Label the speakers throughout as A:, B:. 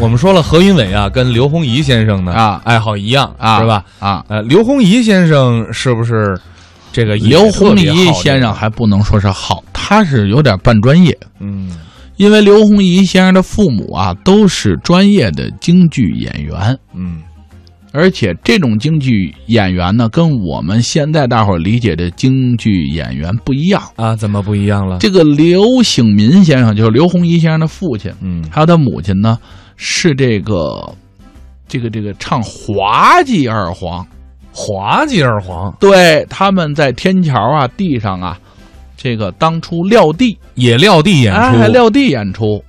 A: 我们说了，何云伟啊，跟刘洪怡先生呢
B: 啊
A: 爱好一样
B: 啊
A: 是吧？
B: 啊，
A: 呃，刘洪怡先生是不是这个也
B: 刘洪
A: 特别
B: 怡
A: 好这个
B: 先生？还不能说是好，他是有点半专业，
A: 嗯
B: 因为刘洪怡先生的父母啊都是专业的京剧演员，
A: 嗯
B: 而且这种京剧演员呢，跟我们现在大伙儿理解的京剧演员不一样。
A: 啊，怎么不一样了？
B: 这个刘醒民先生就是刘洪怡先生的父亲，
A: 嗯
B: 还有他母亲呢是这个这个这个唱滑稽二黄。
A: 滑稽二黄
B: 对，他们在天桥啊、地上啊，这个当初撂地
A: 也撂地演出，
B: 哎，撂地演出，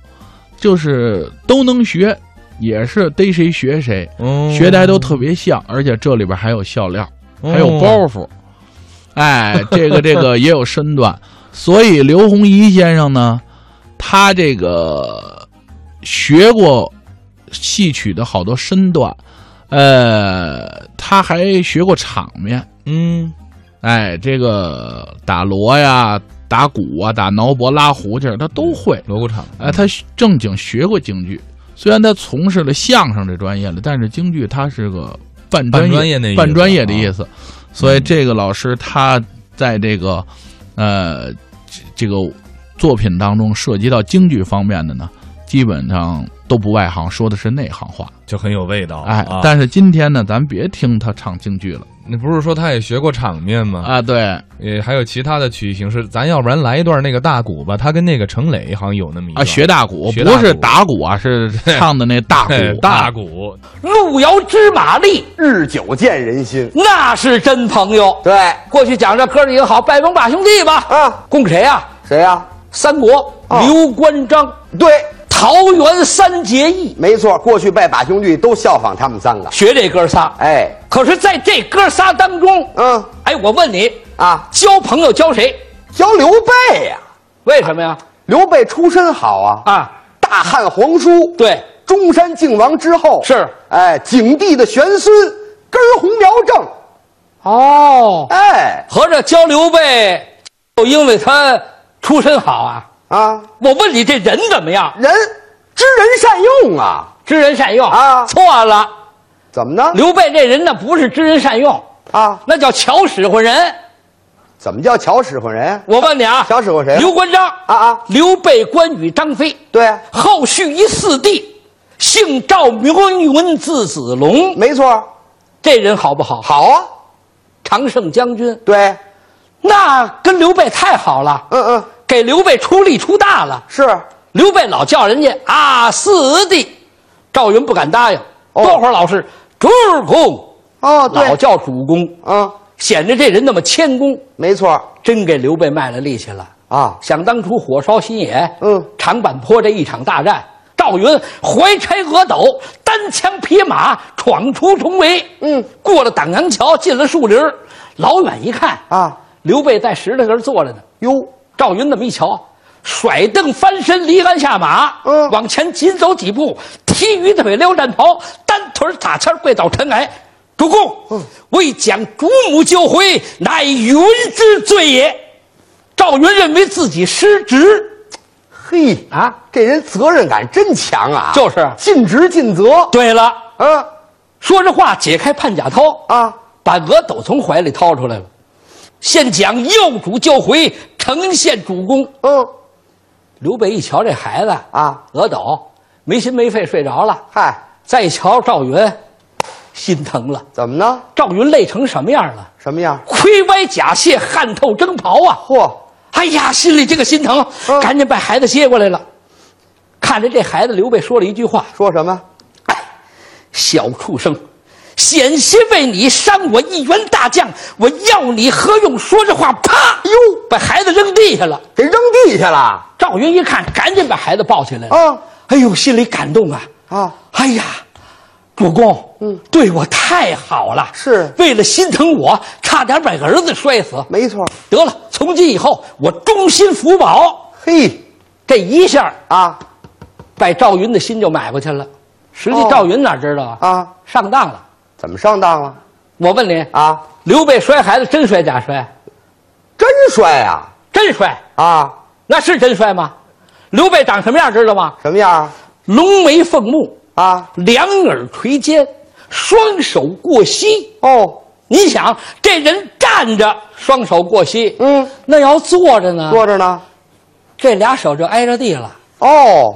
B: 就是都能学，也是逮谁学谁，
A: 嗯
B: 学的还都特别像，而且这里边还有笑料，还有包
A: 哦
B: 袱，哎，这个这个也有身段，所以刘洪怡先生呢，他这个学过戏曲的好多身段，呃，他还学过场面。
A: 嗯
B: 哎，这个打锣呀、打鼓啊、打挠脖、拉胡琴儿，他都会。
A: 锣鼓场
B: 哎，他学正经学过京剧，虽然他从事了相声这专业了，但是京剧他是个半专
A: 半专业那意思
B: 半专业的意思。所以
A: 嗯
B: 这个老师他在这个呃这这个作品当中涉及到京剧方面的呢，基本上都不外行，说的是内行话。
A: 就很有味道
B: 哎，
A: 啊
B: 但是今天呢，咱别听他唱京剧了
A: 你不是说他也学过场面吗？
B: 啊，对。
A: 也还有其他的曲艺形式，咱要不然来一段那个大鼓吧，他跟那个程磊好像有那么一
B: 啊，
A: 段
B: 学大鼓
A: 学
B: 不
A: 大
B: 是
A: 鼓
B: 打鼓 啊，是唱的那大鼓
A: 哎， 大
B: 鼓。
A: 鼓，
C: 路遥知马力，
D: 日久见人心。
C: 那是真朋友。
D: 对
C: 过去讲这哥儿几个好，拜盟把兄弟吧。
D: 啊，
C: 供谁啊？
D: 谁呀、
C: 三国、
D: 哦
C: 刘关张、
D: 对，
C: 桃园三结义，
D: 没错，过去拜把兄弟都效仿他们三个。
C: 学这哥仨。
D: 哎，
C: 可是在这哥仨当中，
D: 嗯
C: 哎，我问你，
D: 啊，
C: 交朋友交谁？
D: 教刘备呀、
C: 为什么呀？
D: 刘备出身好啊，
C: 啊，
D: 大汉皇叔，，
C: 对，
D: 中山靖王之后
C: 是
D: 哎，景帝的玄孙，根儿红苗正，
C: 哦，
D: 哎
C: 合着交刘备，就因为他出身好啊。
D: 啊，
C: 我问你，这人怎么样？
D: 人知人善用啊，
C: 知人善用
D: 啊
C: 错了。
D: 怎么呢？
C: 刘备这人呢，不是知人善用，
D: 啊，
C: 那叫巧使唤人。
D: 怎么叫巧使唤人？
C: 我问你啊，
D: 巧使唤谁啊
C: 刘关张
D: 啊啊
C: 刘备、关羽、张飞，
D: 对啊，
C: 后续一四弟，姓赵，名云，字子龙。
D: 没错，
C: 这人好不好？
D: 好啊，
C: 常胜将军，
D: 对，
C: 那跟刘备太好了，
D: 嗯嗯，
C: 给刘备出力出大了。
D: 是，
C: 刘备老叫人家啊四弟，赵云不敢答应。
D: 哦
C: 多会儿老是主公，
D: 哦，对，
C: 老叫主公，
D: 嗯，
C: 显得这人那么谦恭。
D: 没错
C: 真给刘备卖了力气了。
D: 啊，
C: 想当初火烧新野，
D: 嗯
C: 长坂坡这一场大战，赵云怀揣额斗，单枪匹马闯出重围，
D: 嗯，
C: 过了挡阳桥，进了树林儿老远一看，
D: 啊，
C: 刘备在石头上坐着呢。
D: 哟，
C: 赵云那么一瞧，甩蹬翻身，离鞍下马，
D: 嗯
C: 往前紧走几步，踢鱼腿撩战袍，单腿打签儿跪倒尘埃。主公，
D: 嗯
C: 为将主母救回，乃云之罪也。赵云认为自己失职，
D: 嘿
C: 啊，
D: 这人责任感真强啊！
C: 就是
D: 尽职尽责。
C: 对了，
D: 嗯
C: 说着话解开潘甲涛，
D: 啊，
C: 把额斗从怀里掏出来了。现讲幼主救回，呈现主公。
D: 嗯，
C: 刘备一瞧这孩子
D: 啊，
C: 额斗没心没肺睡着了，
D: 嗨，
C: 再一瞧赵云，心疼了。
D: 怎么呢？
C: 赵云累成什么样了？
D: 什么样？
C: 盔歪甲卸，汗透征袍啊！
D: 嚯，
C: 哎呀，心里这个心疼，
D: 嗯
C: 赶紧把孩子接过来了。看着这孩子，刘备说了一句话
D: 说什么？：“
C: 哎，小畜生，险些为你伤我一员大将，我要你何用？”说这话，啪，
D: 哟
C: 把孩子扔地下了。
D: 给扔地下了
C: 赵云一看，赶紧把孩子抱起来了。
D: 啊
C: 哎呦，心里感动啊！
D: 啊！
C: 哎呀，主公，嗯，对我太好了，
D: 是
C: 为了心疼我，差点把儿子摔死。
D: 没错，
C: 得了，从今以后我忠心辅保。
D: 嘿
C: 这一下，
D: 啊，
C: 把赵云的心就买过去了。实际
D: 哦
C: 赵云哪知道啊？
D: 啊，
C: 上当了。
D: 怎么上当了
C: 我问你，
D: 啊？
C: 刘备摔孩子真摔假摔？
D: 真摔啊
C: 真摔，
D: 啊！
C: 那是真摔吗？刘备长什么样知道吗？
D: 什么样啊
C: 龙眉凤目，
D: 啊，
C: 两耳垂肩，双手过膝。
D: 哦，
C: 你想，这人站着双手过膝，
D: 嗯，
C: 那要坐着呢，
D: 坐着呢，
C: 这俩手就挨着地了。
D: 哦，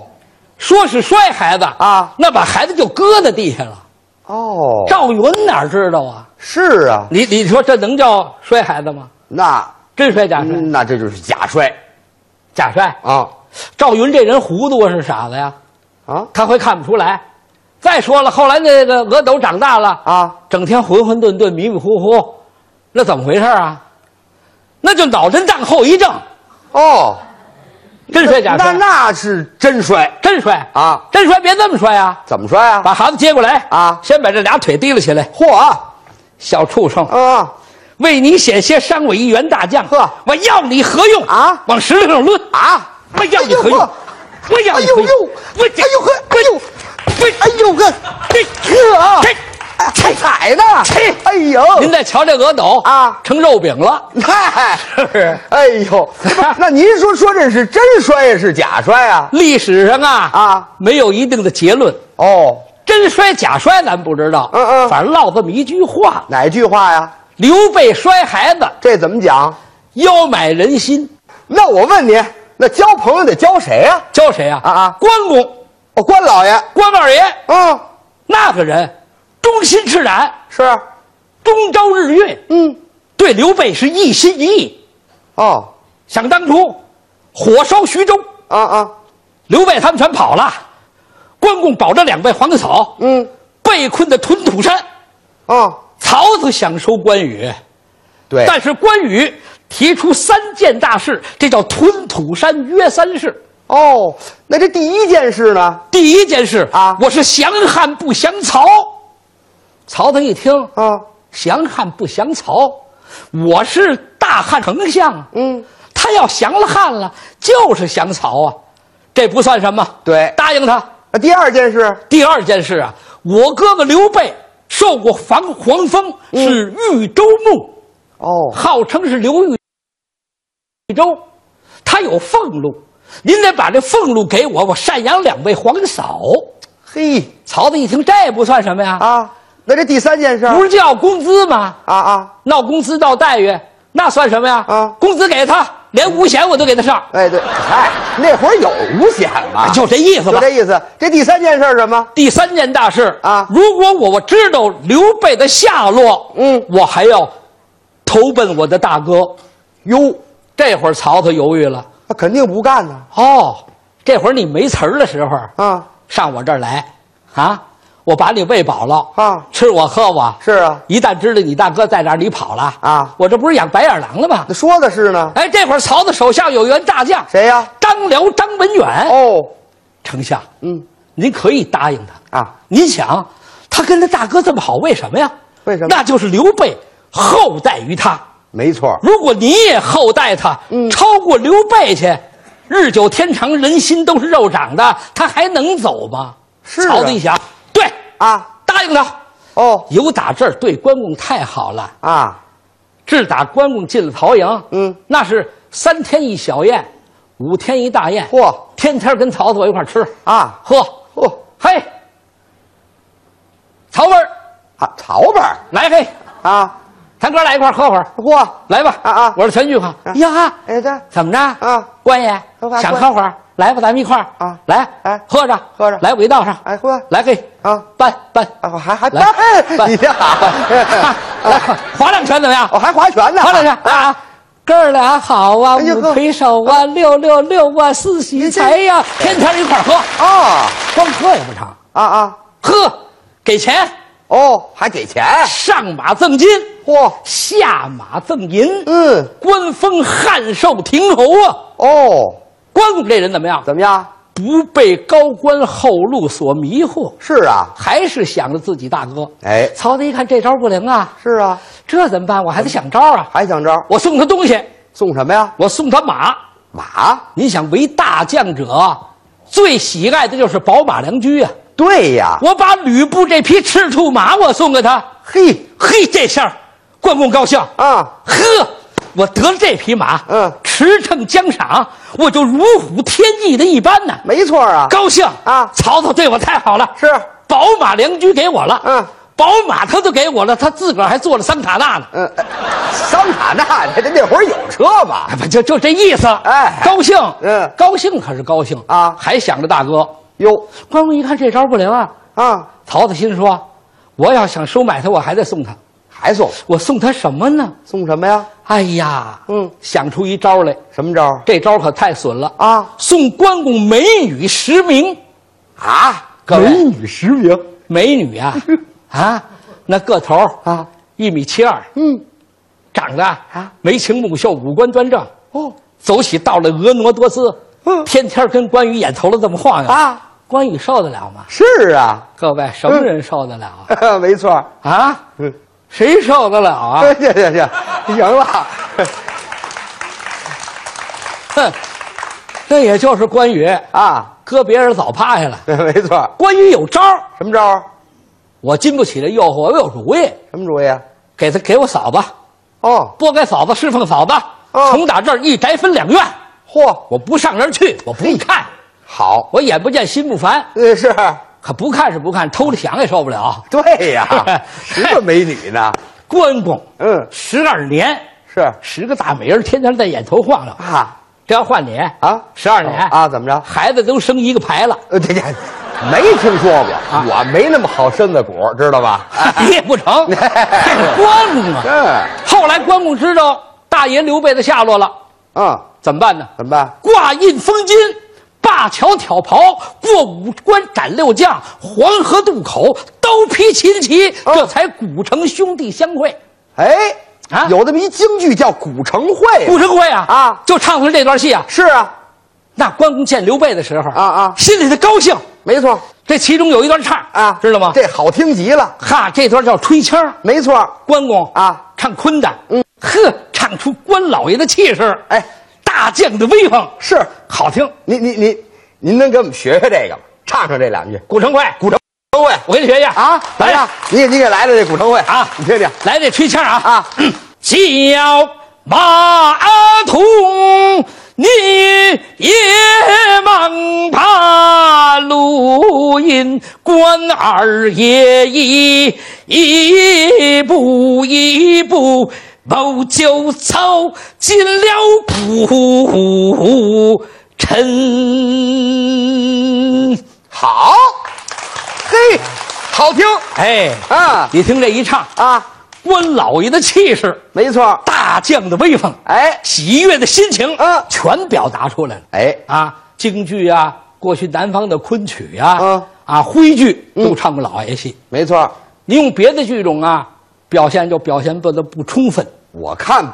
C: 说是摔孩子
D: 啊
C: 那把孩子就搁在地下了。
D: 哦，
C: 赵云哪知道啊？
D: 是啊，
C: 你你说这能叫摔孩子吗？
D: 那
C: 真摔假摔？
D: 嗯那这就是假摔
C: 假摔。
D: 啊
C: 赵云这人糊涂啊是傻子呀，
D: 啊
C: 他会看不出来。再说了，后来那个额斗长大了
D: 啊，
C: 整天浑浑沌沌、迷迷糊糊，那怎么回事啊？那就脑震荡后遗症，
D: 哦，
C: 真摔假
D: 那
C: 摔？
D: 那是真摔
C: 真摔
D: 啊！
C: 真摔别这么摔啊！
D: 怎么摔啊？
C: 把孩子接过来
D: 啊
C: 先把这俩腿提了起来，
D: 嚯啊
C: 小畜生！
D: 啊！
C: 为你险些伤我一员大将，
D: 呵
C: 我要你何用
D: 啊
C: 往石头上抡
D: 啊！
C: 我要你何用？
D: 哎呦呵
C: 我要
D: 哎
C: 你何
D: 呦
C: 用
D: 呦！！
C: 我
D: 哎呦呵！哎呦！哎呦呵！
C: 这
D: 呵啊！
C: 这
D: 哎还踩呢！
C: 切
D: 哎呦！
C: 您再瞧这额斗
D: 啊
C: 成肉饼了，
D: 嗨，
C: 是不是？
D: 哎呦，不是那您说说这是真摔呀，是假摔啊？
C: 历史上啊
D: 啊
C: 没有一定的结论，
D: 哦，
C: 真摔假摔咱不知道，
D: 嗯嗯
C: 反正落这么一句话：
D: 哪句话呀？
C: 刘备摔孩子，
D: 这怎么讲？
C: 腰买人心，
D: 那我问你，那交朋友得交谁呀、
C: 教谁啊？
D: 啊啊
C: 关公、
D: 哦，关老爷，
C: 关二爷
D: 嗯，
C: 那个人，忠心赤胆，
D: 是，
C: 终朝日月，
D: 嗯，
C: 对刘备是一心一意。
D: 哦，
C: 想当初，火烧徐州，
D: 啊啊，
C: 刘备他们全跑了，关公保着两位皇子草，
D: 嗯，
C: 被困在屯土山。
D: 哦，
C: 曹操想收关羽，
D: 对，
C: 但是关羽提出三件大事，这叫屯土山约三事。
D: 哦，那这第一件事呢？
C: 第一件事
D: 啊
C: 我是降汉不降曹。曹操一听，
D: 啊，
C: 降汉不降曹，我是大汉丞相，
D: 嗯，
C: 他要降了汉了，就是降曹啊，这不算什么。
D: 对
C: 答应他。
D: 那第二件事，
C: 第二件事啊，我哥哥刘备受过防黄蜂，
D: 嗯
C: 是豫州牧，
D: 哦，
C: 号称是刘豫州，他有俸禄，您得把这俸禄给我，我赡养两位皇嫂。
D: 嘿，
C: 曹操一听，这不算什么呀？
D: 啊，那这第三件事，
C: 不是就要工资吗？
D: 啊啊，
C: 闹工资闹待遇，那算什么呀？
D: 啊
C: 工资给他，连五险我都给他上，
D: 哎对，嗨、那会儿有五险吗？
C: 哎就这意思
D: 啊就
C: 吧
D: 这。意思。这第三件事是什么？
C: 第三件大事
D: 啊
C: 如果我我知道刘备的下落，
D: 嗯
C: 我还要投奔我的大哥。
D: 哟，
C: 这会儿曹操犹豫了，
D: 那肯定不干呢。
C: 哦，这会儿你没词儿的时候，
D: 啊，
C: 上我这儿来，啊，我把你喂饱了，
D: 啊
C: 吃我喝我，
D: 是啊，
C: 一旦知道你大哥在哪儿，你跑了
D: 啊
C: 我这不是养白眼狼了吗
D: 那？说的是呢，
C: 哎，这会儿曹操手下有员大将，
D: 谁呀？
C: 张辽、张文远，
D: 哦，
C: 丞相，
D: 嗯，
C: 您可以答应他。
D: 啊，
C: 您想，他跟他大哥这么好，为什么呀？
D: 为什么
C: 那就是刘备厚待于他。
D: 没错，
C: 如果你也厚待他，
D: 嗯
C: 超过刘备去，日久天长，人心都是肉长的，他还能走吗？
D: 是啊
C: 曹操一想，对，
D: 啊，
C: 答应他。
D: 哦，
C: 有打这儿对关公太好了，
D: 啊，
C: 自打关公进了曹营，
D: 嗯，
C: 那是三天一小宴，五天一大宴，
D: 嚯
C: 天天跟曹操一块儿吃
D: 啊
C: 喝，
D: 嚯
C: 嘿，曹味儿
D: 啊，曹本儿
C: 来嘿，
D: 啊，
C: 咱哥俩一块儿喝会儿，
D: 嚯，
C: 来吧，
D: 啊啊
C: 我是全聚哈，
D: 啊
C: 呀，
D: 哎这
C: 怎么着
D: 啊？
C: 官爷
D: 喝吧
C: 想
D: 官
C: 喝会儿，来吧，咱们一块儿
D: 啊
C: 来，
D: 哎
C: 喝着
D: 喝着
C: 来我给你倒上，
D: 哎喝
C: 来嘿，
D: 啊
C: 搬搬
D: 啊还还
C: 来
D: 搬 你这好
C: 搬啊 来划两拳怎么样？
D: 哦我还划拳呢，
C: 好两下啊！哥俩好啊，
D: 哎呦
C: 五
D: 呵
C: 魁首啊，六六六啊，四喜财呀、天天一块儿喝，
D: 啊
C: 光喝也不成，
D: 啊啊，
C: 喝给钱，
D: 哦，还给钱，
C: 上马赠金，
D: 嚯，
C: 下马赠银，
D: 嗯，
C: 官封汉寿亭侯啊！
D: 哦，
C: 关公这人怎么样？
D: 怎么样？
C: 不被高官厚禄所迷惑，
D: 是啊，
C: 还是想着自己大哥。
D: 哎
C: 曹操一看这招不灵啊，
D: 是啊，
C: 这怎么办？我还得想招啊！
D: 还想招
C: 我送他东西，
D: 送什么呀？
C: 我送他马。
D: 马，
C: 你想为大将者，最喜爱的就是宝马良驹啊！
D: 对呀，
C: 我把吕布这匹赤兔马我送给他，
D: 嘿
C: 嘿，这下儿关公高兴，
D: 啊，
C: 呵，我得了这匹马，
D: 嗯
C: 驰骋疆场，我就如虎添翼的一般呢，
D: 没错啊，
C: 高兴
D: 啊
C: 曹操对我太好了，
D: 是
C: 宝马良驹给我了，
D: 嗯，
C: 宝马他都给我了，他自个儿还坐了桑塔纳呢，
D: 嗯，桑塔纳，这那会儿有车吧
C: 哎？不就就这意思，
D: 哎
C: 高兴，
D: 嗯
C: 高兴可是高兴
D: 啊
C: 还想着大哥。
D: 哟
C: 关公一看这招不灵啊，
D: 啊，
C: 曹操心说，我要想收买他，我还得送他，
D: 还送
C: 我送他什么呢？
D: 送什么呀？
C: 哎呀，
D: 嗯
C: 想出一招来，
D: 什么招？
C: 这招可太损了
D: 啊！
C: 送关公美女十名，
D: 啊，
C: 各位
D: 美女十名
C: 美女 啊，啊，那个头儿
D: 啊，
C: 一米七二，
D: 嗯，
C: 长得啊眉清目秀，五官端正，
D: 哦，
C: 走起道来婀娜多姿，
D: 嗯
C: 天天跟关羽眼头了这么晃悠
D: 啊，
C: 关羽受得了吗？
D: 是啊，
C: 各位，什么人受得了啊？
D: 没错儿。
C: 啊，
D: 嗯，
C: 谁受得了啊？
D: 行行行， 行了，
C: 哼，这也就是关羽，
D: 啊，
C: 搁别人早趴下了。
D: 没错儿。
C: 关羽有招儿
D: 什么招儿？
C: 我经不起这诱惑，我有主意，
D: 什么主意啊？
C: 给他给我嫂子，
D: 哦，
C: 拨给嫂子侍奉嫂子，
D: 哦
C: 从打这儿一宅分两院，
D: 嚯，
C: 我不上那儿去，我不看，
D: 好，
C: 我眼不见心不烦，
D: 这是
C: 可不看是不看，偷着想也受不了。
D: 对 呀，十个美女呢。
C: 关公
D: 嗯，
C: 十二年，
D: 是
C: 十个大美人天天在眼头晃悠，
D: 啊
C: 这要换你
D: 啊，
C: 十二年
D: 啊，怎么着？
C: 孩子都生一个排了，
D: 呃，这这没听说过，
C: 啊
D: 我没那么好身子骨，知道 吧？
C: 你也不 成。关公啊，
D: 嗯
C: 后来关公知道大爷刘备的下落了，
D: 嗯，
C: 怎么办呢？
D: 怎么办？
C: 挂印封金，灞桥挑袍，过五关斩六将，黄河渡口，刀劈秦旗，这才古城兄弟相会。
D: 哦哎，
C: 啊
D: 有这么一京剧叫《古城会》，
C: 古城会啊
D: 啊
C: 就唱出来这段戏啊。
D: 是啊，
C: 那关公见刘备的时候
D: 啊啊
C: 心里头高兴。
D: 没错
C: 这其中有一段唱
D: 啊，
C: 知道吗？
D: 这好听极了，
C: 哈，这段叫吹腔儿。
D: 没错。
C: 关公
D: 啊，
C: 唱昆的，
D: 嗯，
C: 呵，唱出关老爷的气势，
D: 哎，
C: 大将的威风，
D: 是
C: 好听。
D: 您您您，您能给我们学学这个吗？唱唱这两句。
C: 古城会，
D: 古城会
C: 我给你学一下
D: 啊，来呀
C: 来，
D: 你给你给来了这古城会
C: 啊
D: 你听听
C: 来这吹腔啊
D: 啊，
C: 叫 马童，你也忙把路引，关二爷一一步一步。谋就操进了古城，
D: 好，嘿，好听
C: 哎，
D: 啊
C: 你听这一唱，
D: 啊，
C: 关老爷的气势，
D: 没错，
C: 大将的威风，
D: 哎
C: 喜悦的心情，
D: 嗯
C: 全表达出来了。
D: 哎，
C: 啊，京剧啊，过去南方的昆曲啊，
D: 嗯
C: 啊，徽剧都唱过老爷戏。
D: 没错，
C: 你用别的剧种啊，表现就表现不得不充分。
D: 我看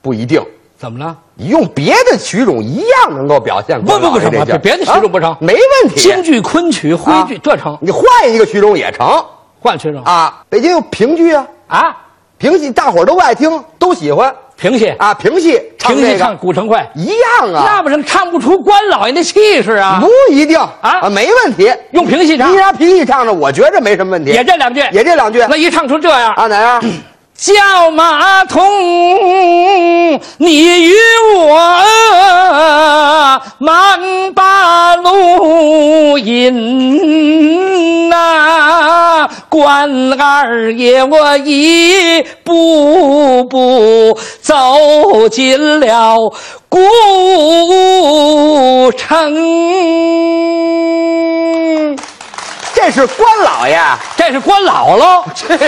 D: 不一定。
C: 怎么了？
D: 你用别的曲种一样能够表现
C: 不
D: 关
C: 不
D: 老
C: 不
D: 爷
C: 成
D: 这，劲儿
C: 别的曲种不成
D: 啊，没问题。
C: 京剧、昆曲、徽剧、
D: 啊
C: 这成，
D: 你换一个曲种也成
C: 换曲种
D: 啊。北京有评剧啊，
C: 啊，
D: 评戏大伙儿都爱听，都喜欢
C: 评戏，
D: 啊。评戏唱
C: 评戏
D: 这
C: 唱
D: 个
C: 古城会，
D: 一样
C: 那
D: 啊，
C: 不成唱不出关老爷的气势啊
D: 不？一定啊，没问题。
C: 用评戏唱
D: 你拿评戏唱唱，我觉着没什么问题。
C: 也这哎两句，
D: 也这两句
C: 那一唱出这样
D: 啊，哪样？
C: 叫马童，你与我忙把路引呐、关二爷我一步步走进了古城。
D: 这是关老爷，
C: 这是关老喽。
D: 这个